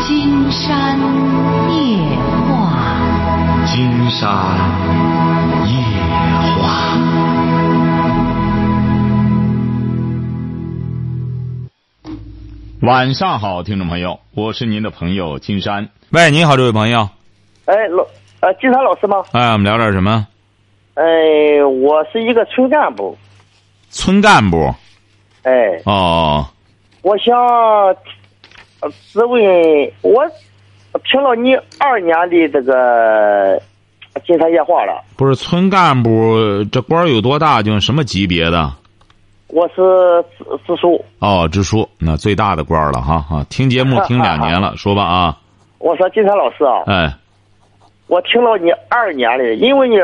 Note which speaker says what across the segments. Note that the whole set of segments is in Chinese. Speaker 1: 金山夜话，
Speaker 2: 金山夜话。晚上好，听众朋友，我是您的朋友金山。喂，你好，这位朋友。
Speaker 3: 哎，老呃，金山老师吗？
Speaker 2: 哎，我们聊点什么？
Speaker 3: 哎，我是一个村干部。
Speaker 2: 村干部。
Speaker 3: 哎，
Speaker 2: 哦，
Speaker 3: 我想呃咨问，我听了你二年的这个呃金山夜话了。
Speaker 2: 不是村干部，这官儿有多大？就什么级别的？
Speaker 3: 我是支支书，
Speaker 2: 哦，支书，那最大的官儿了哈哈。听节目听两年 了，说吧啊，
Speaker 3: 我说金山老师啊，
Speaker 2: 哎，
Speaker 3: 我听了你二年的，因为呢，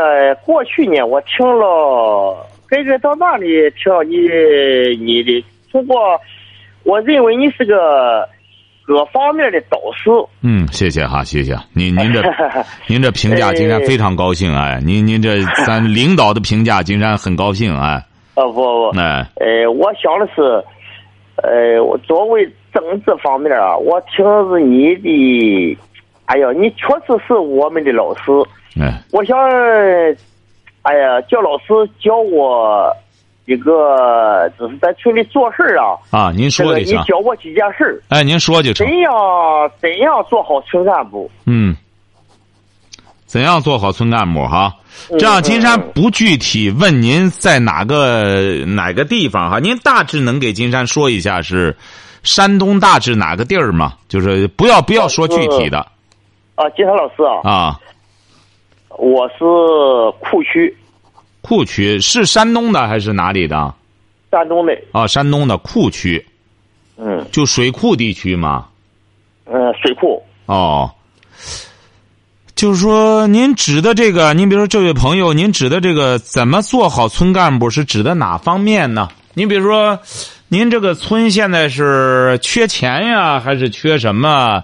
Speaker 3: 过去呢，我听了跟着到那里听了你你的，通过我认为你是个各方面的导师。
Speaker 2: 嗯，谢谢哈，谢谢您您这您这评
Speaker 3: 哎
Speaker 2: 价，金山非常高兴哎，您您这 咱领导的评价，金山很高兴哎，
Speaker 3: 啊不不，
Speaker 2: 哎，
Speaker 3: 呃，我想的是，呃，我作为政治方面啊，我听是你的，哎呀，你确实是我们的老师。
Speaker 2: 哎，
Speaker 3: 我想，哎呀，叫老师教我一个，就是在村里做事儿啊，
Speaker 2: 啊，您
Speaker 3: 这
Speaker 2: 说
Speaker 3: 个
Speaker 2: 就
Speaker 3: 你
Speaker 2: 行，
Speaker 3: 教我几件事儿，
Speaker 2: 哎，您说就成，
Speaker 3: 怎样怎样做好村干部。
Speaker 2: 嗯，怎样做好村干部哈？
Speaker 3: 嗯
Speaker 2: 这样，金山
Speaker 3: 嗯
Speaker 2: 不具体问您在哪个哪个地方哈，您大致能给金山说一下是山东大致哪个地儿吗？就是不要不要说
Speaker 3: 嗯
Speaker 2: 具体的
Speaker 3: 啊，金山老师啊，
Speaker 2: 啊。
Speaker 3: 我是库区
Speaker 2: 库区是山东的还是哪里的？
Speaker 3: 山东的，
Speaker 2: 啊，山东的库区，
Speaker 3: 嗯
Speaker 2: 就水库地区嘛。
Speaker 3: 嗯，水库，
Speaker 2: 哦，就是说您指的这个，您比如说这位朋友，您指的这个怎么做好村干部是指的哪方面呢？您比如说，您这个村现在是缺钱呀，还是缺什么，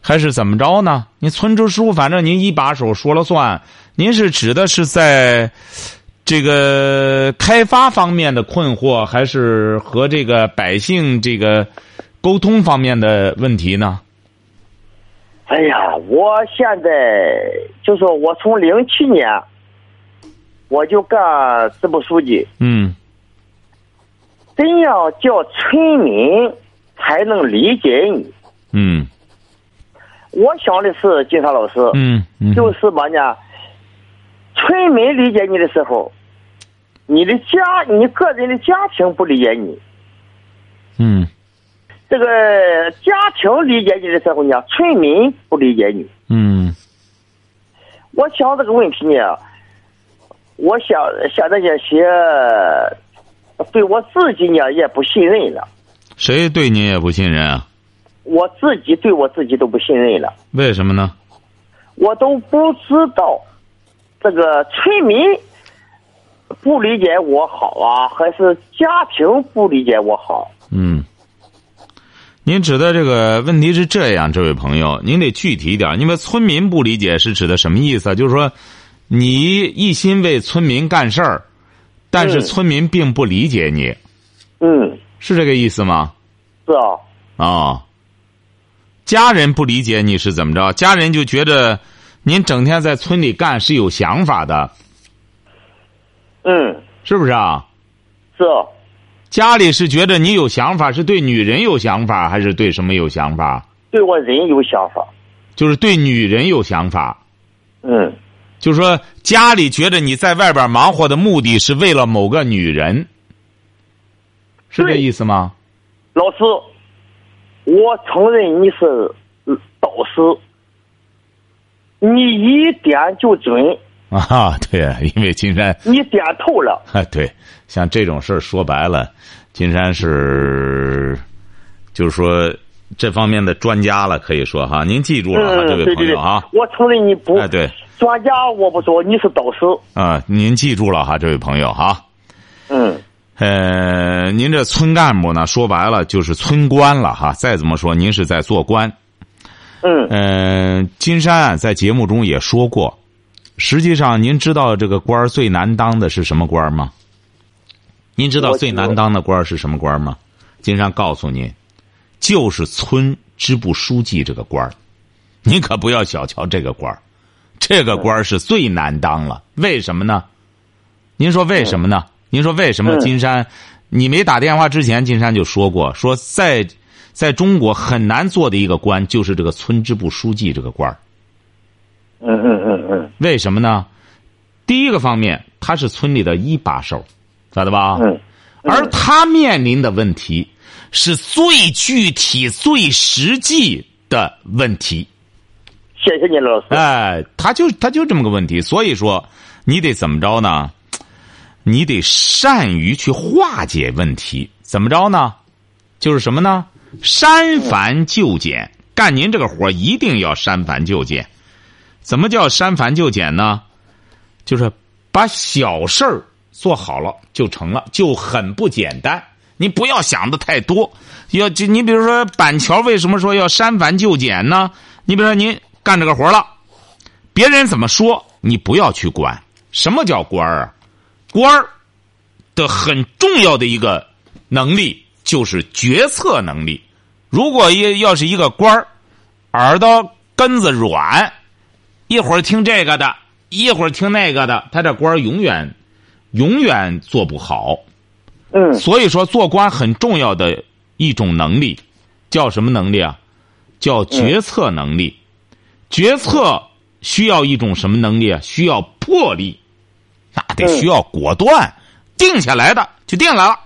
Speaker 2: 还是怎么着呢？您村支书，反正您一把手说了算。您是指的是在这个开发方面的困惑，还是和这个百姓这个沟通方面的问题呢？
Speaker 3: 哎呀，我现在就说我从零七年我就干支部书记，
Speaker 2: 嗯。
Speaker 3: 怎样叫村民才能理解你？
Speaker 2: 嗯
Speaker 3: 我想的是，金山老师，
Speaker 2: 嗯，嗯
Speaker 3: 就是嘛呢，村民理解你的时候，你的家，你个人的家庭不理解你，
Speaker 2: 嗯
Speaker 3: 这个家庭理解你的时候呢，村民不理解你。
Speaker 2: 嗯
Speaker 3: 我想这个问题呢，我想现在这些对我自己呢也不信任了，
Speaker 2: 谁对您也不信任啊？
Speaker 3: 我自己对我自己都不信任了，
Speaker 2: 为什么呢？
Speaker 3: 我都不知道这个村民不理解我好啊，还是家庭不理解我好？
Speaker 2: 嗯，您指的这个问题是这样，这位朋友，您得具体一点，因为村民不理解是指的什么意思啊？就是说，你一心为村民干事儿，但是
Speaker 3: 嗯
Speaker 2: 村民并不理解你，
Speaker 3: 嗯，
Speaker 2: 是这个意思吗？
Speaker 3: 是啊，
Speaker 2: 啊、家人不理解你是怎么着？家人就觉得您整天在村里干是有想法的，
Speaker 3: 嗯，
Speaker 2: 是不是啊？
Speaker 3: 是啊，
Speaker 2: 家里是觉得你有想法，是对女人有想法，还是对什么有想法？
Speaker 3: 对我人有想法。
Speaker 2: 就是对女人有想法，
Speaker 3: 嗯，
Speaker 2: 就是说家里觉得你在外边忙活的目的是为了某个女人，是这
Speaker 3: 对
Speaker 2: 意思吗？
Speaker 3: 老师，我承认你是导师，你一点就准，
Speaker 2: 啊，对，因为金山
Speaker 3: 你点透了。
Speaker 2: 啊，对，像这种事儿，说白了，金山是，就是说这方面的专家了，可以说哈。您记住了哈，
Speaker 3: 嗯，
Speaker 2: 这位
Speaker 3: 对
Speaker 2: 朋
Speaker 3: 对对
Speaker 2: 友啊，，
Speaker 3: 我承认你不
Speaker 2: 哎，对，
Speaker 3: 专家，我不说，你是导师。
Speaker 2: 啊，您记住了哈，这位朋友哈。
Speaker 3: 嗯，
Speaker 2: 呃，您这村干部呢，说白了就是村官了哈。再怎么说，您是在做官。
Speaker 3: 嗯，
Speaker 2: 嗯、金山啊，在节目中也说过，实际上您知道这个官儿最难当的是什么官儿吗？您知道
Speaker 3: 我
Speaker 2: 最
Speaker 3: 知道
Speaker 2: 难当的官儿是什么官儿吗？金山告诉您，就是村支部书记这个官儿，你可不要小瞧这个官儿，这个官儿是最难当了。为什么呢？您说为什么呢？您说为什么
Speaker 3: 嗯
Speaker 2: 金山？你没打电话之前，金山就说过，说在在中国很难做的一个官就是这个村支部书记这个官儿。
Speaker 3: 嗯嗯嗯嗯
Speaker 2: 为什么呢？第一个方面，他是村里的一把手，咋的吧？
Speaker 3: 嗯
Speaker 2: 而他面临的问题是最具体、最实际的问题。
Speaker 3: 谢谢你老师。
Speaker 2: 哎，他就他就这么个问题，所以说你得怎么着呢？你得善于去化解问题，怎么着呢？就是什么呢？删繁就简，干您这个活儿一定要删繁就简。怎么叫删繁就简呢？就是把小事儿做好了就成了，就很不简单。你不要想的太多，要就你比如说板桥为什么说要删繁就简呢？你比如说您干这个活儿了，别人怎么说你不要去管。什么叫官儿啊？官儿的很重要的一个能力就是决策能力。如果一要是一个官儿，耳朵根子软，一会儿听这个的，一会儿听那个的，他这官儿永远永远做不好。
Speaker 3: 嗯
Speaker 2: 所以说，做官很重要的一种能力，叫什么能力啊？叫决策能力。决策需要一种什么能力啊？需要魄力，那得需要果断。定下来的就定来了，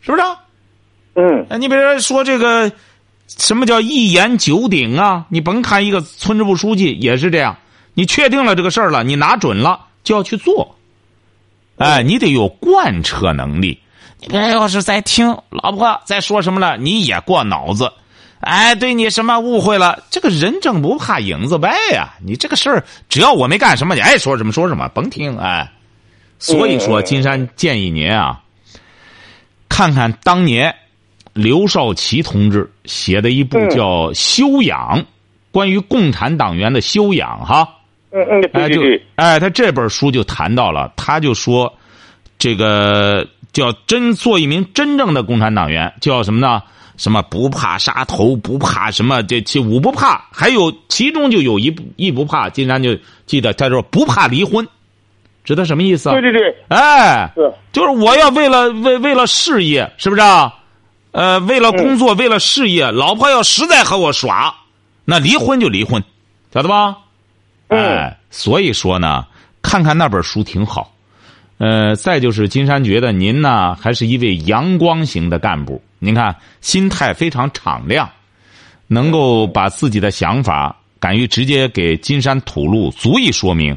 Speaker 2: 是不是啊？
Speaker 3: 嗯
Speaker 2: 哎，你比如说这个，什么叫一言九鼎啊？你甭看一个村支部书记也是这样，你确定了这个事儿了，你拿准了就要去做。哎，你得有贯彻能力。你别要是再听老婆再说什么了，你也过脑子。哎，对你什么误会了？这个人正不怕影子歪呀、你这个事儿，只要我没干什么，你爱说什么说什么，甭听哎。所以说，金山建议您啊，看看当年刘少奇同志写的一部
Speaker 3: 嗯
Speaker 2: 叫《修养》，关于共产党员的修养哈。
Speaker 3: 嗯嗯，对
Speaker 2: 哎，
Speaker 3: 对
Speaker 2: 就
Speaker 3: 对，
Speaker 2: 哎，他这本书就谈到了，他就说，这个叫真做一名真正的共产党员，叫什么呢？什么不怕杀头，不怕什么这这五不怕，还有其中就有一不一不怕，金山就记得他说不怕离婚，知道什么意思啊
Speaker 3: 对？对对，
Speaker 2: 哎，
Speaker 3: 是，
Speaker 2: 就是我要为了为为了事业，是不是啊？呃，为了工作，为了事业，老婆要实在和我耍，那离婚就离婚，晓得吧？
Speaker 3: 嗯
Speaker 2: 哎，所以说呢，看看那本书挺好。呃，再就是金山觉得您呢，还是一位阳光型的干部。您看，心态非常敞亮，能够把自己的想法敢于直接给金山吐露，足以说明，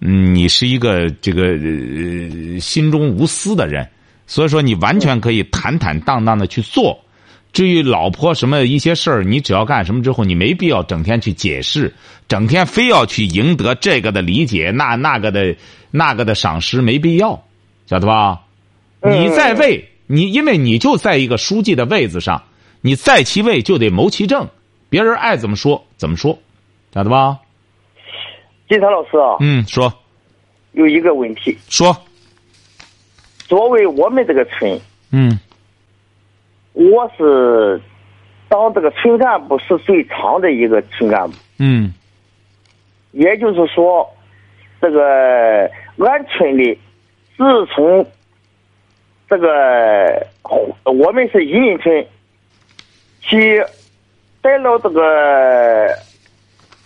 Speaker 2: 嗯，你是一个这个、呃、心中无私的人。所以说，你完全可以坦坦荡荡的去做。至于老婆什么一些事儿，你只要干什么之后，你没必要整天去解释，整天非要去赢得这个的理解，那那个的那个的赏识，没必要，晓得吧？
Speaker 3: 嗯
Speaker 2: 你在位，你因为你就在一个书记的位子上，你在其位就得谋其政，别人爱怎么说怎么说，晓得吧？
Speaker 3: 金山老师啊，
Speaker 2: 嗯，说
Speaker 3: 有一个问题，
Speaker 2: 说，
Speaker 3: 作为我们这个村，
Speaker 2: 嗯
Speaker 3: 我是当这个村干部是最长的一个村干部，
Speaker 2: 嗯
Speaker 3: 也就是说，这个俺村里自从这个呃我们是移民村，去待了这个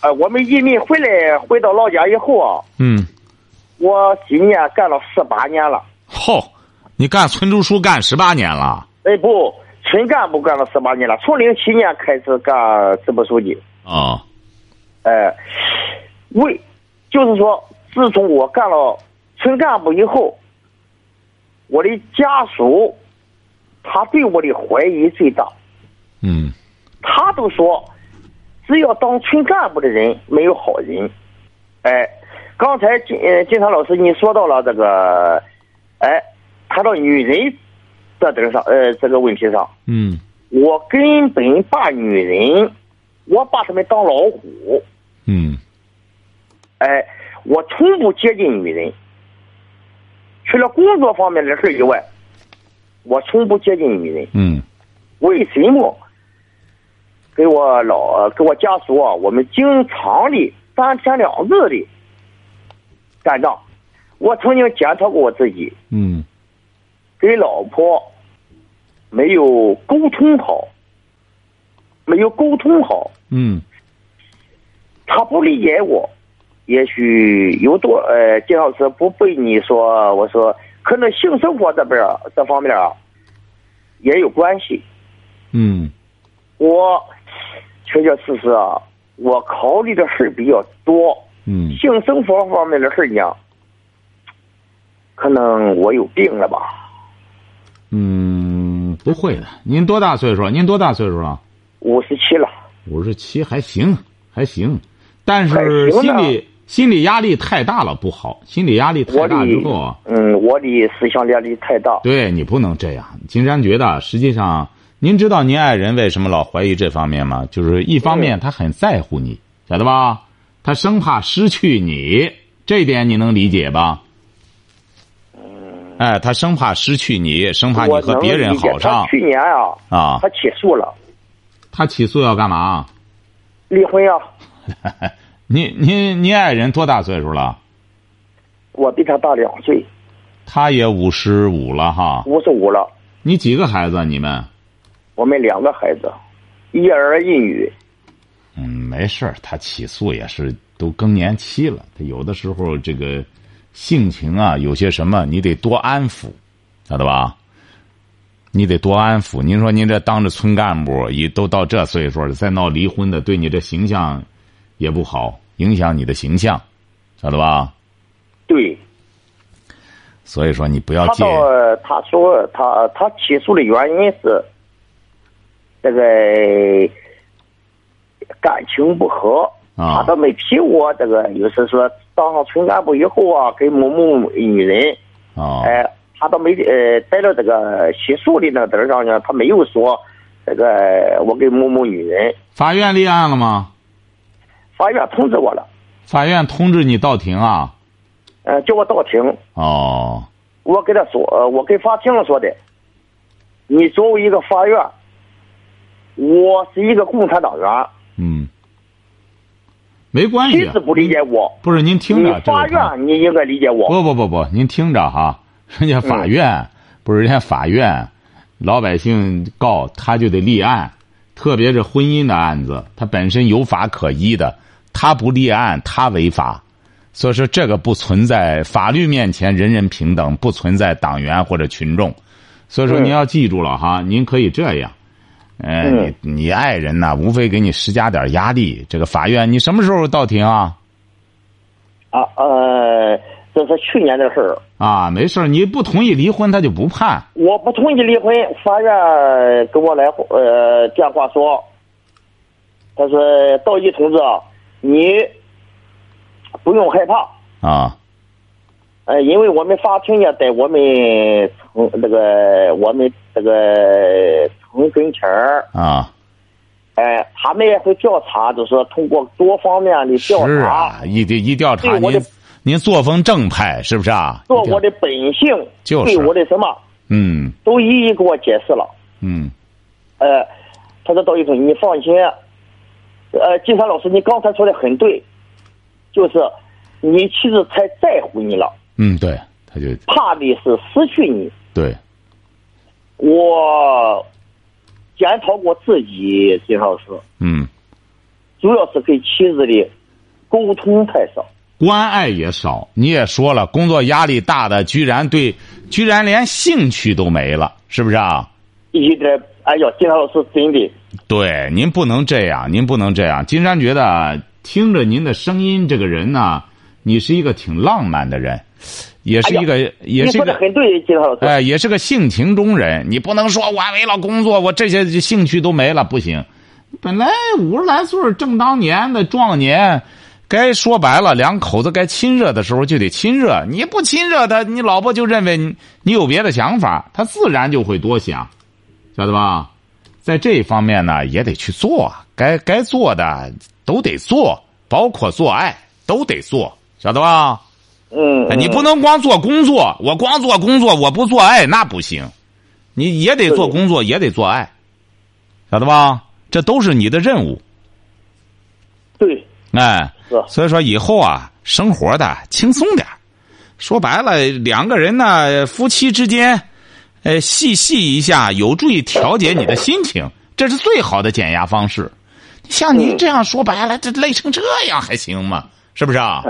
Speaker 3: 呃，我们移民回来回到老家以后啊，
Speaker 2: 嗯，
Speaker 3: 我今年干了十八年了。
Speaker 2: 吼，你干村支书干十八年了
Speaker 3: 哎不，村干部干了十八年了，从零七年开始干支部书记。
Speaker 2: 哦，
Speaker 3: 呃，为就是说，自从我干了村干部以后，我的家属他对我的怀疑最大，
Speaker 2: 嗯
Speaker 3: 他都说，只要当村干部的人没有好人。哎，刚才金呃金山老师你说到了这个，哎，谈到女人这点儿上，呃，这个问题上，
Speaker 2: 嗯
Speaker 3: 我根本把女人，我把她们当老虎，
Speaker 2: 嗯
Speaker 3: 哎，我从不接近女人。除了工作方面的事以外，我从不接近女人。
Speaker 2: 嗯
Speaker 3: 为什么？给我老给我家属啊，我们经常的三天两日的干仗。我曾经检讨过我自己，
Speaker 2: 嗯
Speaker 3: 跟老婆没有沟通好，没有沟通好，
Speaker 2: 嗯
Speaker 3: 他不理解我，也许有多呃，金老师不被你说，我说可能性生活这边儿这方面啊也有关系。
Speaker 2: 嗯
Speaker 3: 我确确实实啊，我考虑的事儿比较多，
Speaker 2: 嗯
Speaker 3: 性生活方面的事儿呢，可能我有病了吧？
Speaker 2: 嗯，不会的。您多大岁数？您多大岁数啊？
Speaker 3: 五十七了，
Speaker 2: 五十七，还行，还行，但
Speaker 3: 还
Speaker 2: 是
Speaker 3: 行
Speaker 2: 心
Speaker 3: 呢
Speaker 2: 理心理压力太大了不好，心理压力太
Speaker 3: 我的
Speaker 2: 大之后啊，
Speaker 3: 嗯，我的思想压力太大，
Speaker 2: 对你不能这样。金山觉得，啊实际上您知道您爱人为什么老怀疑这方面吗？就是一方
Speaker 3: 嗯
Speaker 2: 面他很在乎你，晓得吧？他生怕失去你，这一点你能理解吧？哎，他生怕失去你，生怕你
Speaker 3: 嗯我
Speaker 2: 和
Speaker 3: 能
Speaker 2: 别人
Speaker 3: 理解
Speaker 2: 好上
Speaker 3: 他去年啊，
Speaker 2: 啊
Speaker 3: 他。起诉了，
Speaker 2: 他起诉要干嘛？啊
Speaker 3: 离婚啊，
Speaker 2: 您您您爱人多大岁数了？
Speaker 3: 我比他大两岁，
Speaker 2: 他也五十五了哈。
Speaker 3: 五十五了，
Speaker 2: 你几个孩子啊？你们？
Speaker 3: 我们两个孩子，一儿一女，
Speaker 2: 嗯，没事儿，他起诉也是都更年期了，他有的时候这个性情啊，有些什么你得多安抚，晓得吧？你得多安抚。您说您这当着村干部，也都到这岁数了，再闹离婚的，对你这形象也不好，影响你的形象，晓得吧？
Speaker 3: 对。
Speaker 2: 所以说你不要
Speaker 3: 他
Speaker 2: 介意。
Speaker 3: 到他说他他起诉的原因是这个感情不和，
Speaker 2: 啊
Speaker 3: 他都没批我这个，有时说当上村干部以后啊，跟某某女人，
Speaker 2: 哦，
Speaker 3: 哎、他都没呃待到这个起诉的那个点上呢，他没有说这个我跟某某女人，
Speaker 2: 法院立案了吗？
Speaker 3: 法院通知我了，
Speaker 2: 法院通知你到庭啊？
Speaker 3: 呃，叫我到庭，
Speaker 2: 哦，
Speaker 3: 我跟他说，呃我跟法庭上说的，你作为一个法院，我是一个共产党员，
Speaker 2: 嗯，没关系
Speaker 3: 妻
Speaker 2: 啊。
Speaker 3: 子不理解我，
Speaker 2: 不是您听
Speaker 3: 你
Speaker 2: 着，这
Speaker 3: 法
Speaker 2: 位朋友
Speaker 3: 院你应该理解我。
Speaker 2: 不不不不，您听着哈，人家法院、不是人家法院，老百姓告他就得立案，特别是婚姻的案子，他本身有法可依的，他不立案他违法，所以说这个不存在法律面前人人平等，不存在党员或者群众，所以说
Speaker 3: 嗯
Speaker 2: 您要记住了哈，您可以这样。哎，
Speaker 3: 嗯
Speaker 2: 你你爱人呐、无非给你施加点压力。这个法院，你什么时候到庭啊？
Speaker 3: 啊呃，这是去年的事儿，
Speaker 2: 啊，没事儿你不同意离婚，他就不判。
Speaker 3: 我不同意离婚，法院给我来呃电话说，他说道义同志啊，你不用害怕，
Speaker 2: 啊，
Speaker 3: 呃，因为我们法庭也在我们城那个我们这个城跟前儿，
Speaker 2: 啊，
Speaker 3: 哎、他们也会调查，就是说通过多方面的
Speaker 2: 是
Speaker 3: 调查，
Speaker 2: 啊，一得一调查
Speaker 3: 对我
Speaker 2: 您
Speaker 3: 得，
Speaker 2: 您作风正派是不是啊？
Speaker 3: 做
Speaker 2: 一定
Speaker 3: 我的本性，
Speaker 2: 就是
Speaker 3: 对我的什么
Speaker 2: 嗯
Speaker 3: 都一一给我解释了。
Speaker 2: 嗯
Speaker 3: 呃，他说道一总，你放心，呃，金山老师，你刚才说的很对，就是你妻子太在乎你了，
Speaker 2: 嗯，对，他就
Speaker 3: 怕的是失去你。
Speaker 2: 对，
Speaker 3: 我检讨过自己，金老师，
Speaker 2: 嗯，
Speaker 3: 主要是跟妻子的沟通太少。
Speaker 2: 关爱也少。你也说了，工作压力大的，居然对，居然连兴趣都没了，是不是啊？
Speaker 3: 一点，哎呀，金山老师真的，
Speaker 2: 对，您不能这样，您不能这样。金山觉得听着您的声音，这个人呢，你是一个挺浪漫的人，也是一个，也
Speaker 3: 哎你
Speaker 2: 是一
Speaker 3: 说
Speaker 2: 个
Speaker 3: 的很对，金山老师。
Speaker 2: 哎，也是个性情中人。你不能说我为了工作，我这些兴趣都没了，不行。本来五十来岁儿正当年的壮年，该说白了，两口子该亲热的时候就得亲热。你不亲热他，你老婆就认为你你有别的想法，他自然就会多想，晓得吧？在这一方面呢，也得去做，该该做的都得做，包括做爱都得做，晓得吧？
Speaker 3: 嗯，
Speaker 2: 哎
Speaker 3: 嗯
Speaker 2: 你不能光做工作，我光做工作，我不做爱那不行，你也得做工作，也得做爱，晓得吧？这都是你的任务。
Speaker 3: 嗯对，
Speaker 2: 哎，
Speaker 3: 是
Speaker 2: 所以说以后啊，生活的轻松点儿说白了，两个人呢，夫妻之间，呃，细细一下，有助于调节你的心情，这是最好的减压方式。像您这样说白了，这累成这样还行吗？是不是啊？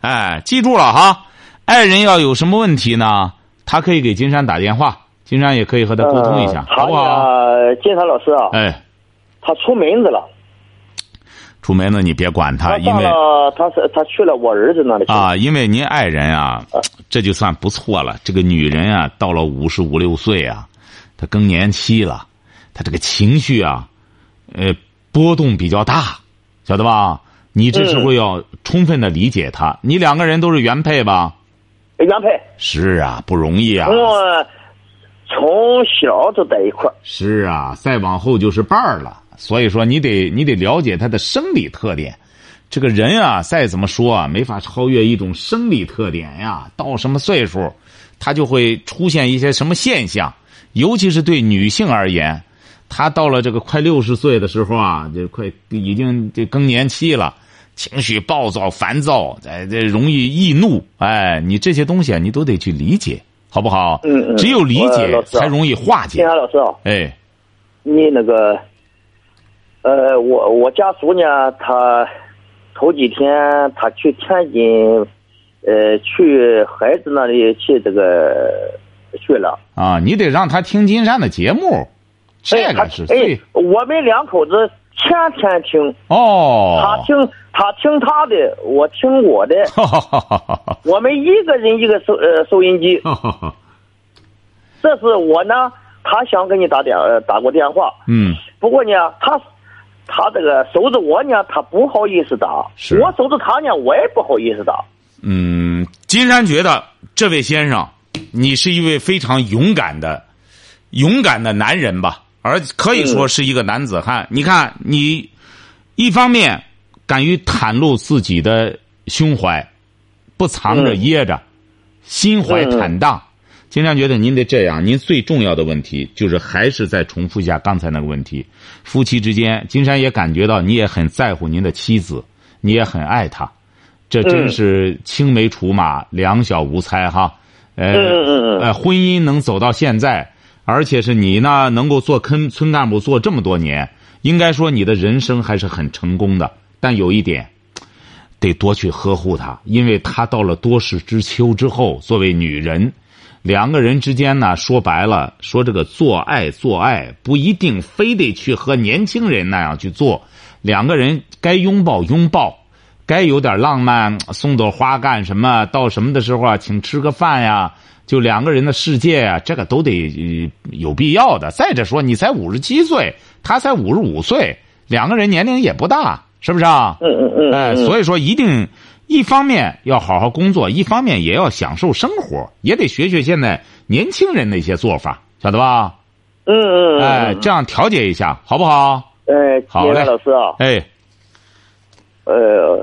Speaker 2: 哎，记住了哈，爱人要有什么问题呢？他可以给金山打电话，金山也可以和他沟通一下，
Speaker 3: 嗯
Speaker 2: 好不好？
Speaker 3: 他金山老师啊，
Speaker 2: 哎，
Speaker 3: 他出门子了，
Speaker 2: 楚梅子，你别管他，
Speaker 3: 他
Speaker 2: 啊因
Speaker 3: 到
Speaker 2: 为。
Speaker 3: 了，他是他去了我儿子那里去了。
Speaker 2: 啊，因为您爱人啊，这就算不错了。这个女人啊，到了五十五六岁啊，她更年期了，她这个情绪啊，呃，波动比较大，晓得吧？你这时候要充分的理解她。你两个人都是原配吧？
Speaker 3: 原配，
Speaker 2: 是啊，不容易
Speaker 3: 哦
Speaker 2: 啊。
Speaker 3: 哎我从小就在一块儿。
Speaker 2: 是啊，再往后就是伴儿了。所以说，你得你得了解他的生理特点。这个人啊，再怎么说啊，没法超越一种生理特点呀。到什么岁数，他就会出现一些什么现象，尤其是对女性而言，她到了这个快六十岁的时候啊，这快已经这更年期了，情绪暴躁、烦躁，哎这这容易易怒。哎，你这些东西啊，你都得去理解，好不好？
Speaker 3: 嗯嗯
Speaker 2: 只有理
Speaker 3: 我
Speaker 2: 解
Speaker 3: 老知道
Speaker 2: 才容易化
Speaker 3: 金
Speaker 2: 解。
Speaker 3: 山老师啊，
Speaker 2: 哎。
Speaker 3: 你那个，呃，我我家属呢，他头几天他去天津，呃，去孩子那里去这个去了。
Speaker 2: 啊，你得让他听金山的节目，这
Speaker 3: 哎他
Speaker 2: 个是最、
Speaker 3: 哎，我们两口子天天听，他
Speaker 2: 哦。
Speaker 3: 听他听他的，我听我的，
Speaker 2: 哈哈哈哈
Speaker 3: 我们一个人一个收呃收音机。
Speaker 2: 哈哈！
Speaker 3: 这是我呢，他想给你打电呃打过电话，
Speaker 2: 嗯，
Speaker 3: 不过呢，他他这个守着我呢，他不好意思打；
Speaker 2: 是
Speaker 3: 我守着他呢，我也不好意思打。
Speaker 2: 嗯，金山觉得这位先生，你是一位非常勇敢的、勇敢的男人吧，而可以说是一个男子汉。你看，你一方面敢于袒露自己的胸怀，不藏着
Speaker 3: 嗯
Speaker 2: 掖着，心怀
Speaker 3: 嗯
Speaker 2: 坦荡。金山觉得您得这样，您最重要的问题就是还是再重复一下刚才那个问题，夫妻之间，金山也感觉到你也很在乎您的妻子，你也很爱她。这真
Speaker 3: 嗯
Speaker 2: 是青梅竹马，两小无猜哈。呃
Speaker 3: 嗯嗯嗯嗯
Speaker 2: 呃，婚姻能走到现在，而且是你呢能够做坑村干部做这么多年，应该说你的人生还是很成功的。但有一点，得多去呵护她，因为她到了多事之秋之后，作为女人，两个人之间呢，说白了，说这个做爱做爱不一定非得去和年轻人那样去做，两个人该拥抱拥抱，该有点浪漫，送朵花干什么？到什么的时候啊，请吃个饭呀，就两个人的世界啊，这个都得、呃有必要的。再者说，你才五十七岁，他才五十五岁，两个人年龄也不大，是不是啊？
Speaker 3: 嗯嗯嗯，
Speaker 2: 哎，所以说一定一方面要好好工作，一方面也要享受生活，也得学学现在年轻人的一些做法，晓得吧？
Speaker 3: 嗯嗯嗯，
Speaker 2: 哎，这样调节一下，好不好？
Speaker 3: 呃，
Speaker 2: 好
Speaker 3: 金
Speaker 2: 嘞
Speaker 3: 山老师啊，
Speaker 2: 哎，
Speaker 3: 呃，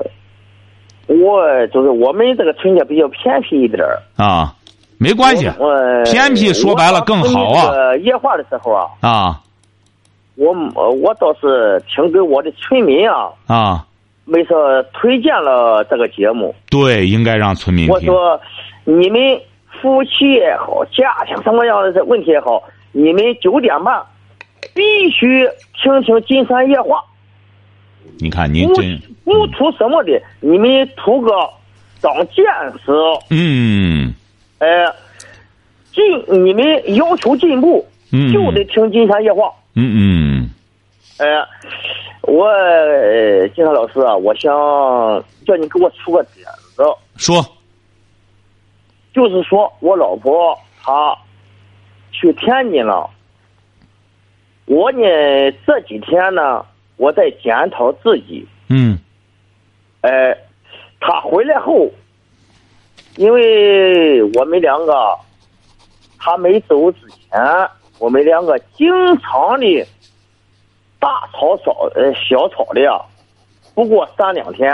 Speaker 3: 我就是我们这个村家比较偏僻一点儿，
Speaker 2: 啊，没关系
Speaker 3: 我呃
Speaker 2: 偏僻说白了更好啊
Speaker 3: 我当时那个夜话的时候啊，
Speaker 2: 啊
Speaker 3: 我呃我倒是听给我的村民啊，
Speaker 2: 啊，
Speaker 3: 为啥推荐了这个节目？
Speaker 2: 对，应该让村民
Speaker 3: 我
Speaker 2: 听。
Speaker 3: 说，你们夫妻也好，家庭什么样的问题也好，你们九点半必须听听金山夜话，
Speaker 2: 你看您
Speaker 3: 不
Speaker 2: 真，
Speaker 3: 不图什么的，你们图个长见识，
Speaker 2: 嗯
Speaker 3: 呃，进你们要求进步，
Speaker 2: 嗯
Speaker 3: 就得听金山夜话。
Speaker 2: 嗯嗯
Speaker 3: 呃，我呃金山老师啊，我想叫你给我出个点子。
Speaker 2: 说
Speaker 3: 就是说我老婆她去天津了，我呢这几天呢我在检讨自己，
Speaker 2: 嗯
Speaker 3: 呃，她回来后，因为我们两个，她没走之前，我们两个经常的大吵小呃小吵的呀，不过三两天，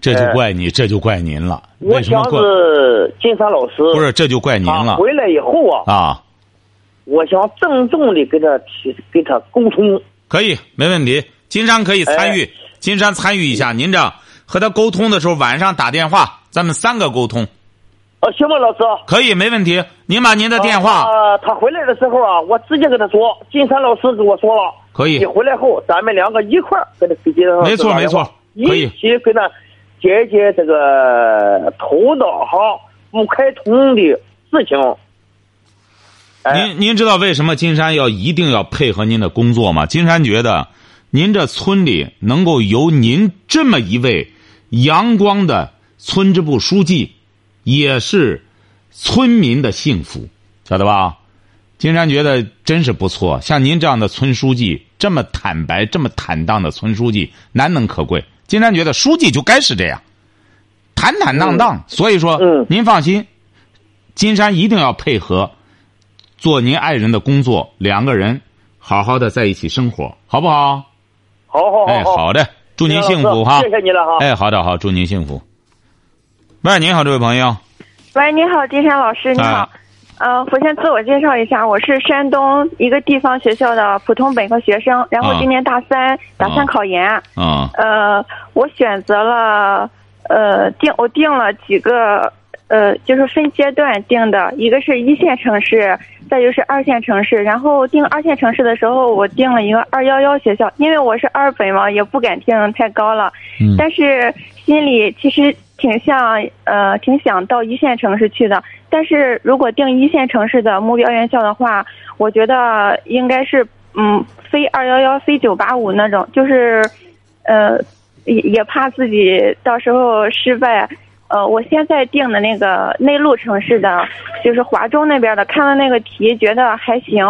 Speaker 2: 这就
Speaker 3: 呃
Speaker 2: 怪你，这就怪您了。
Speaker 3: 我
Speaker 2: 为什么
Speaker 3: 想
Speaker 2: 怪？
Speaker 3: 是金山老师
Speaker 2: 不是，这就怪您
Speaker 3: 她
Speaker 2: 了
Speaker 3: 回来以后啊
Speaker 2: 啊！
Speaker 3: 我想郑重的给他提，给他沟通。
Speaker 2: 可以，没问题。金山可以参与，
Speaker 3: 哎
Speaker 2: 金山参与一下。您这样和他沟通的时候，晚上打电话，咱们三个沟通，
Speaker 3: 啊，行吧，老师。
Speaker 2: 可以，没问题。您把您的电话、
Speaker 3: 啊，他回来的时候啊，我直接跟他说，金山老师跟我说了，
Speaker 2: 可以
Speaker 3: 你，回来后，咱们两个一块儿跟他给金山老师
Speaker 2: 没错
Speaker 3: 打
Speaker 2: 没
Speaker 3: 电话
Speaker 2: 错，可以
Speaker 3: 一起跟他解决这个头脑上不开通的事情。哎，
Speaker 2: 您您知道为什么金山要一定要配合您的工作吗？金山觉得，您这村里能够由您这么一位阳光的村支部书记，也是村民的幸福，晓得吧？金山觉得真是不错，像您这样的村书记，这么坦白、这么坦荡的村书记，难能可贵。金山觉得书记就该是这样，坦坦荡荡。所以说，
Speaker 3: 嗯
Speaker 2: 您放心，金山一定要配合做您爱人的工作，两个人好好的在一起生活，好不好？
Speaker 3: 好好
Speaker 2: 哎，
Speaker 3: 好，
Speaker 2: 好的，祝
Speaker 3: 祝
Speaker 2: 您幸福哈
Speaker 3: 谢！谢你了哈。
Speaker 2: 哎，好的，好，祝您幸福。喂，您好，这位朋友，哎
Speaker 4: 喂，你好，金山老师，你好。呃，我先自我介绍一下，我是山东一个地方学校的普通本科学生，然后
Speaker 2: 啊
Speaker 4: 今年大三，打算考研。
Speaker 2: 啊、
Speaker 4: 呃，我选择了呃定我定了几个呃就是分阶段定的，一个是一线城市，再就是二线城市。然后定二线城市的时候，我定了一个二幺幺学校，因为我是二本嘛，也不敢定太高了。
Speaker 2: 嗯
Speaker 4: 但是心里其实挺像呃挺想到一线城市去的。但是如果定一线城市的目标院校的话，我觉得应该是嗯非二幺幺非九八五那种，就是呃也也怕自己到时候失败。呃，我现在定的那个内陆城市的，就是华中那边的，看了那个题，觉得还行。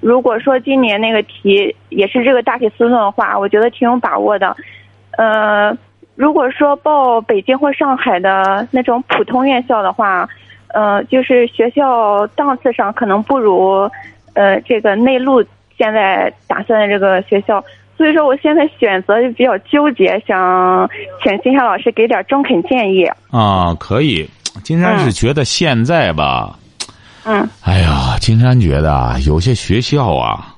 Speaker 4: 如果说今年那个题也是这个大体思路的话，我觉得挺有把握的。呃，如果说报北京或上海的那种普通院校的话，呃，就是学校档次上可能不如，呃，这个内陆现在打算的这个学校，所以说我现在选择就比较纠结，想请金夏老师给点中肯建议。
Speaker 2: 啊，可以。金山是
Speaker 4: 嗯
Speaker 2: 觉得现在吧，
Speaker 4: 嗯
Speaker 2: 哎呀，金山觉得啊，有些学校啊，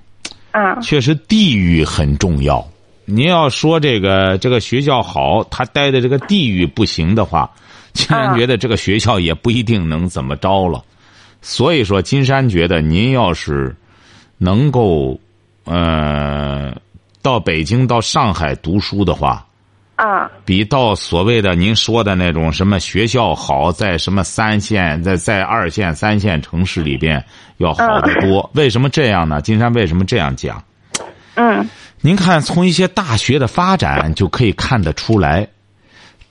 Speaker 4: 啊
Speaker 2: 确实地域很重要。您要说这个这个学校好，他待的这个地域不行的话，金山
Speaker 4: 啊
Speaker 2: 觉得这个学校也不一定能怎么着了。所以说，金山觉得您要是能够呃到北京、到上海读书的话，
Speaker 4: 啊
Speaker 2: 比到所谓的您说的那种什么学校好，在什么三线、在在二线、三线城市里边要好得多。为什么这样呢？金山为什么这样讲？
Speaker 4: 嗯
Speaker 2: 您看，从一些大学的发展就可以看得出来，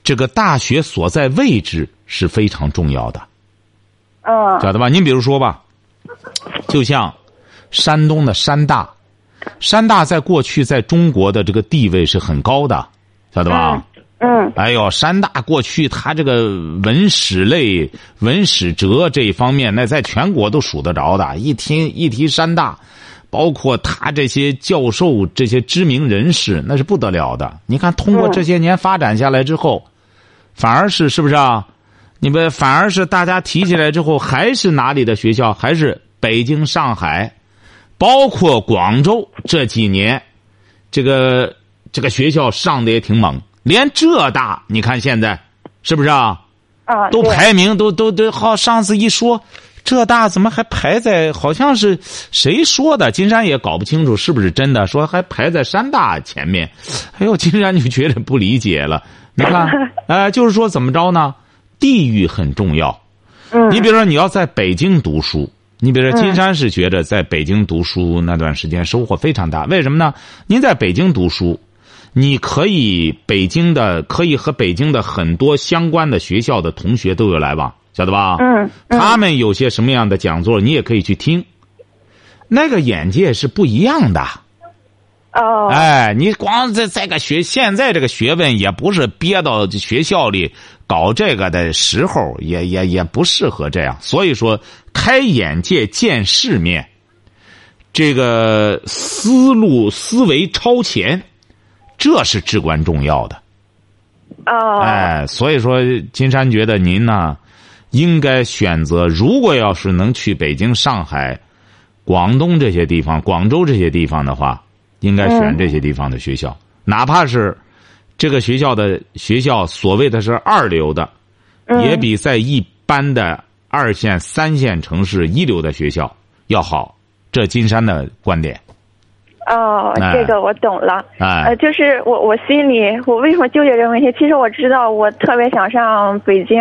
Speaker 2: 这个大学所在位置是非常重要的，
Speaker 4: 嗯
Speaker 2: 晓得吧？您比如说吧，就像山东的山大，山大在过去在中国的这个地位是很高的，晓得吧？
Speaker 4: 嗯
Speaker 2: 哎呦，山大过去它这个文史类、文史哲这一方面，那在全国都数得着的。一听 一提山大，包括他这些教授、这些知名人士，那是不得了的。你看，通过这些年发展下来之后，反而是是不是啊？你们反而是大家提起来之后，还是哪里的学校？还是北京、上海，包括广州这几年，这个这个学校上的也挺猛，连浙大你看现在是不是啊？
Speaker 4: 啊，
Speaker 2: 都
Speaker 4: 对
Speaker 2: 排名都都都好。上次一说浙大怎么还排在，好像是谁说的？金山也搞不清楚是不是真的，说还排在山大前面。哎呦，金山就觉得不理解了。你看，呃，就是说怎么着呢？地域很重要。
Speaker 4: 嗯
Speaker 2: 你比如说，你要在北京读书，你比如说，
Speaker 4: 嗯
Speaker 2: 金山是觉得在北京读书那段时间收获非常大。为什么呢？您在北京读书，你可以北京的可以和北京的很多相关的学校的同学都有来往，晓得吧？
Speaker 4: 嗯嗯
Speaker 2: 他们有些什么样的讲座，你也可以去听，那个眼界是不一样的。
Speaker 4: 哦
Speaker 2: 哎，你光在这个学，现在这个学问也不是憋到学校里搞这个的时候，也也也不适合这样。所以说，开眼界、见世面，这个思路、思维超前，这是至关重要的。
Speaker 4: 哦
Speaker 2: 哎，所以说，金山觉得您呢，应该选择，如果要是能去北京、上海、广东这些地方、广州这些地方的话，应该选这些地方的学校，
Speaker 4: 嗯
Speaker 2: 哪怕是这个学校的学校所谓的是二流的，
Speaker 4: 嗯
Speaker 2: 也比在一般的二线、三线城市一流的学校要好。这金山的观点，
Speaker 4: 哦，
Speaker 2: 哎
Speaker 4: 这个我懂了。呃，
Speaker 2: 哎，
Speaker 4: 就是我我心里我为什么纠结这个问题？其实我知道我特别想上北京，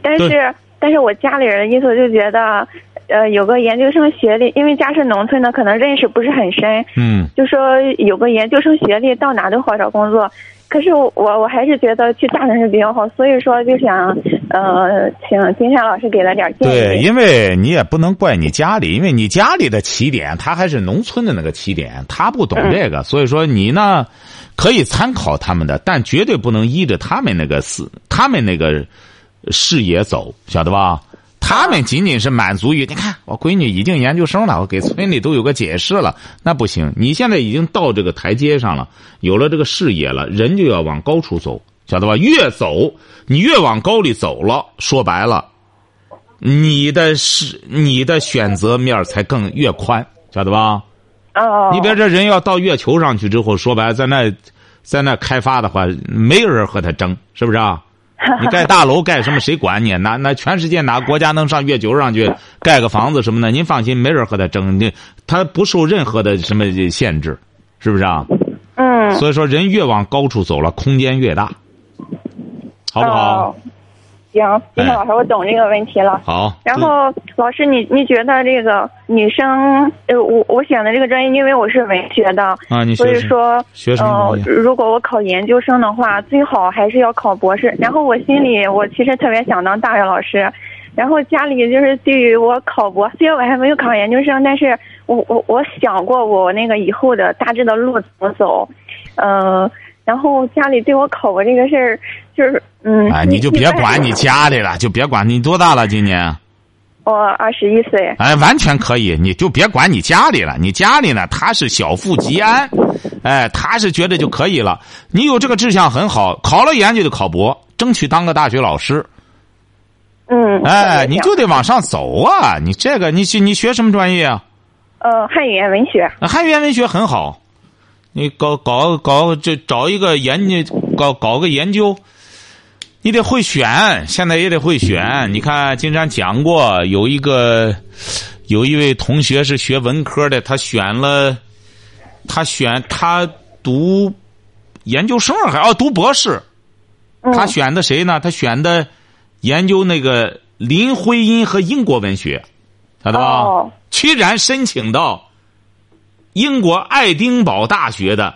Speaker 4: 但
Speaker 2: 对
Speaker 4: 是但是我家里人的因素就觉得，呃，有个研究生学历，因为家是农村的，可能认识不是很深，
Speaker 2: 嗯，
Speaker 4: 就说有个研究生学历到哪都好找工作。可是我我我还是觉得去大城市比较好，所以说就想，呃，请金山老师给了点建
Speaker 2: 对，
Speaker 4: 议。
Speaker 2: 因为你也不能怪你家里，因为你家里的起点，他还是农村的那个起点，他不
Speaker 4: 嗯
Speaker 2: 懂这个，所以说你呢，可以参考他们的，但绝对不能依着他们那个思，他们那个视野走，晓得吧？他们仅仅是满足于，你看我闺女已经研究生了，我给村里都有个解释了，那不行，你现在已经到这个台阶上了，有了这个视野了，人就要往高处走，晓得吧？越走，你越往高里走了，说白了。你的是你的选择面儿才更越宽，晓得吧？
Speaker 4: 哦，
Speaker 2: 你别这人要到月球上去之后，说白了，在那，在那开发的话，没有人和他争，是不是 啊？你盖大楼盖什么，谁管你？哪哪全世界哪个国家能上月球上去盖个房子什么的？您放心，没人和他争，你他不受任何的什么限制，是不是啊？
Speaker 4: 嗯，
Speaker 2: 所以说，人越往高处走了，空间越大，好不好哎
Speaker 4: 哦？行，金山老师，我懂这个问题了。
Speaker 2: 好。
Speaker 4: 然后老师你，你觉得这个女生，呃，我我选的这个专业，因为我是文学的，
Speaker 2: 啊，你
Speaker 4: 所
Speaker 2: 学
Speaker 4: 以
Speaker 2: 什么
Speaker 4: 说，
Speaker 2: 学什么
Speaker 4: 呃
Speaker 2: 专业，
Speaker 4: 如果我考研究生的话，最好还是要考博士。然后我心里，我其实特别想当大学老师，然后家里就是对于我考博，虽然我还没有考研究生，但是我我我想过我那个以后的大致的路怎么走，呃，然后家里对我考博这个事儿，就是嗯，
Speaker 2: 哎，你就别管你
Speaker 4: 一般
Speaker 2: 家里了，就别管你多大了，今年？
Speaker 4: 我二十一岁，
Speaker 2: 哎，完全可以，你就别管你家里了。你家里呢，他是小富即安，哎，他是觉得就可以了。你有这个志向很好，考了研就得考博，争取当个大学老师。
Speaker 4: 嗯，
Speaker 2: 哎，
Speaker 4: 我
Speaker 2: 你
Speaker 4: 想
Speaker 2: 就得往上走啊！你这个，你去你学什么专业啊？
Speaker 4: 呃，汉语言文学。
Speaker 2: 汉语言文学很好，你搞搞搞，这找一个研究，搞搞个研究，你得会选，现在也得会选。你看，金山讲过，有一个有一位同学是学文科的，他选了，他选他读研究生还哦读博士，
Speaker 4: 嗯
Speaker 2: 他选的谁呢？他选的研究那个林徽因和英国文学，晓得吧？
Speaker 4: 哦
Speaker 2: 居然申请到英国爱丁堡大学的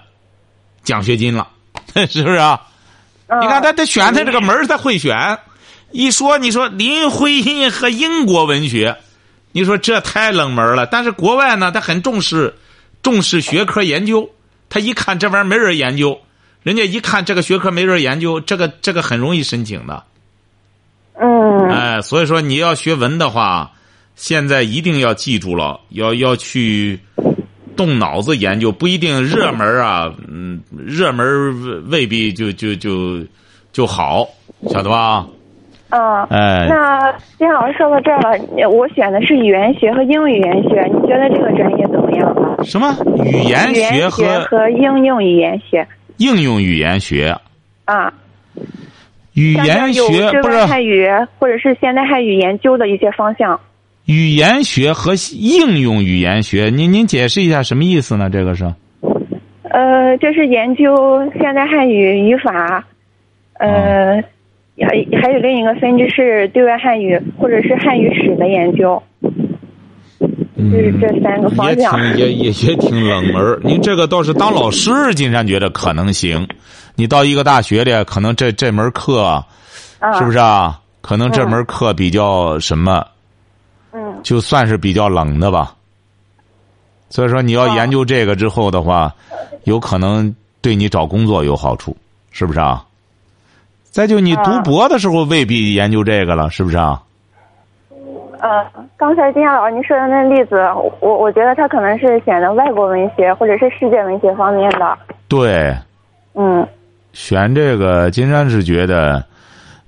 Speaker 2: 奖学金了， 是不是啊？
Speaker 4: 嗯
Speaker 2: 你看他他选他这个门儿他会选。一说你说林徽因和英国文学，你说这太冷门了。但是国外呢，他很重视重视学科研究。他一看这玩意儿没人研究，人家一看这个学科没人研究，这个这个很容易申请的。
Speaker 4: 嗯
Speaker 2: 哎，所以说你要学文的话，现在一定要记住了，要要去动脑子研究，不一定热门啊，嗯，热门未必就就就就好，晓得吧？
Speaker 4: 嗯，
Speaker 2: 哎，
Speaker 4: 那今天老师说到这儿了，我选的是语言学和英语言学，你觉得这个专业怎么样？啊
Speaker 2: 什么语言
Speaker 4: 语
Speaker 2: 学
Speaker 4: 言学
Speaker 2: 和
Speaker 4: 和应用语言学
Speaker 2: 应用语言学？
Speaker 4: 啊，
Speaker 2: 语
Speaker 4: 像
Speaker 2: 言
Speaker 4: 有
Speaker 2: 学
Speaker 4: 对
Speaker 2: 不
Speaker 4: 外
Speaker 2: 是
Speaker 4: 汉语或者是现代汉语研究的一些方向。
Speaker 2: 语言学和应用语言学，您您解释一下什么意思呢？这个是
Speaker 4: 呃，这是研究现代汉语语法，
Speaker 2: 哦
Speaker 4: 呃，还还有另一个分支是对外汉语或者是汉语史的研究，就是
Speaker 2: 嗯。
Speaker 4: 这三个
Speaker 2: 也
Speaker 4: 方向。
Speaker 2: 挺也也也挺冷门儿您这个倒是当老师，金山觉得可能行。你到一个大学里，可能这这门课
Speaker 4: 啊，
Speaker 2: 是不是啊？可能这门课比较什么，
Speaker 4: 嗯
Speaker 2: 就算是比较冷的吧。所以说，你要
Speaker 4: 啊
Speaker 2: 研究这个之后的话，有可能对你找工作有好处，是不是啊？再就你读
Speaker 4: 啊
Speaker 2: 博的时候未必研究这个了，是不是啊？
Speaker 4: 呃，刚才丁夏老师您说的那例子，我我觉得他可能是选的外国文学或者是世界文学方面的。
Speaker 2: 对，
Speaker 4: 嗯
Speaker 2: 选这个，金山是觉得，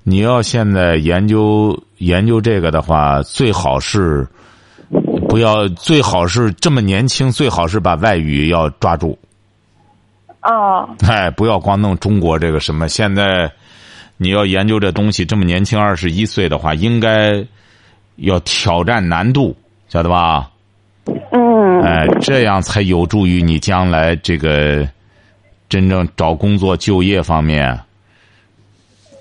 Speaker 2: 你要现在研究研究这个的话，最好是不要，最好是这么年轻，最好是把外语要抓住。
Speaker 4: 哦，
Speaker 2: 哎，不要光弄中国这个什么。现在你要研究这东西，这么年轻，二十一岁的话，应该要挑战难度，晓得吧？
Speaker 4: 嗯，
Speaker 2: 哎，这样才有助于你将来这个真正找工作、就业方面。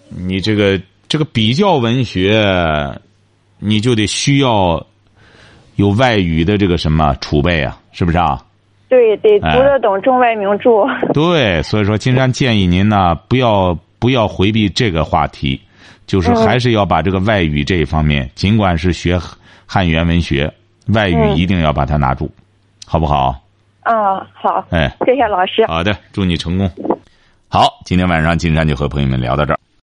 Speaker 2: 你这个这个比较文学，你就得需要有外语的这个什么储备啊，是不是啊？
Speaker 4: 对，得
Speaker 2: 哎
Speaker 4: 读得懂中外名著。
Speaker 2: 对，所以说金山建议您呢，不要不要回避这个话题，就是还是要把这个外语这一方面，尽管是学汉语言文学，外语
Speaker 4: 嗯
Speaker 2: 一定要把它拿住，好不好？
Speaker 4: 啊，好，
Speaker 2: 哎，
Speaker 4: 谢谢老师。
Speaker 2: 好的，祝你成功。好，今天晚上金山就和朋友们聊到这儿。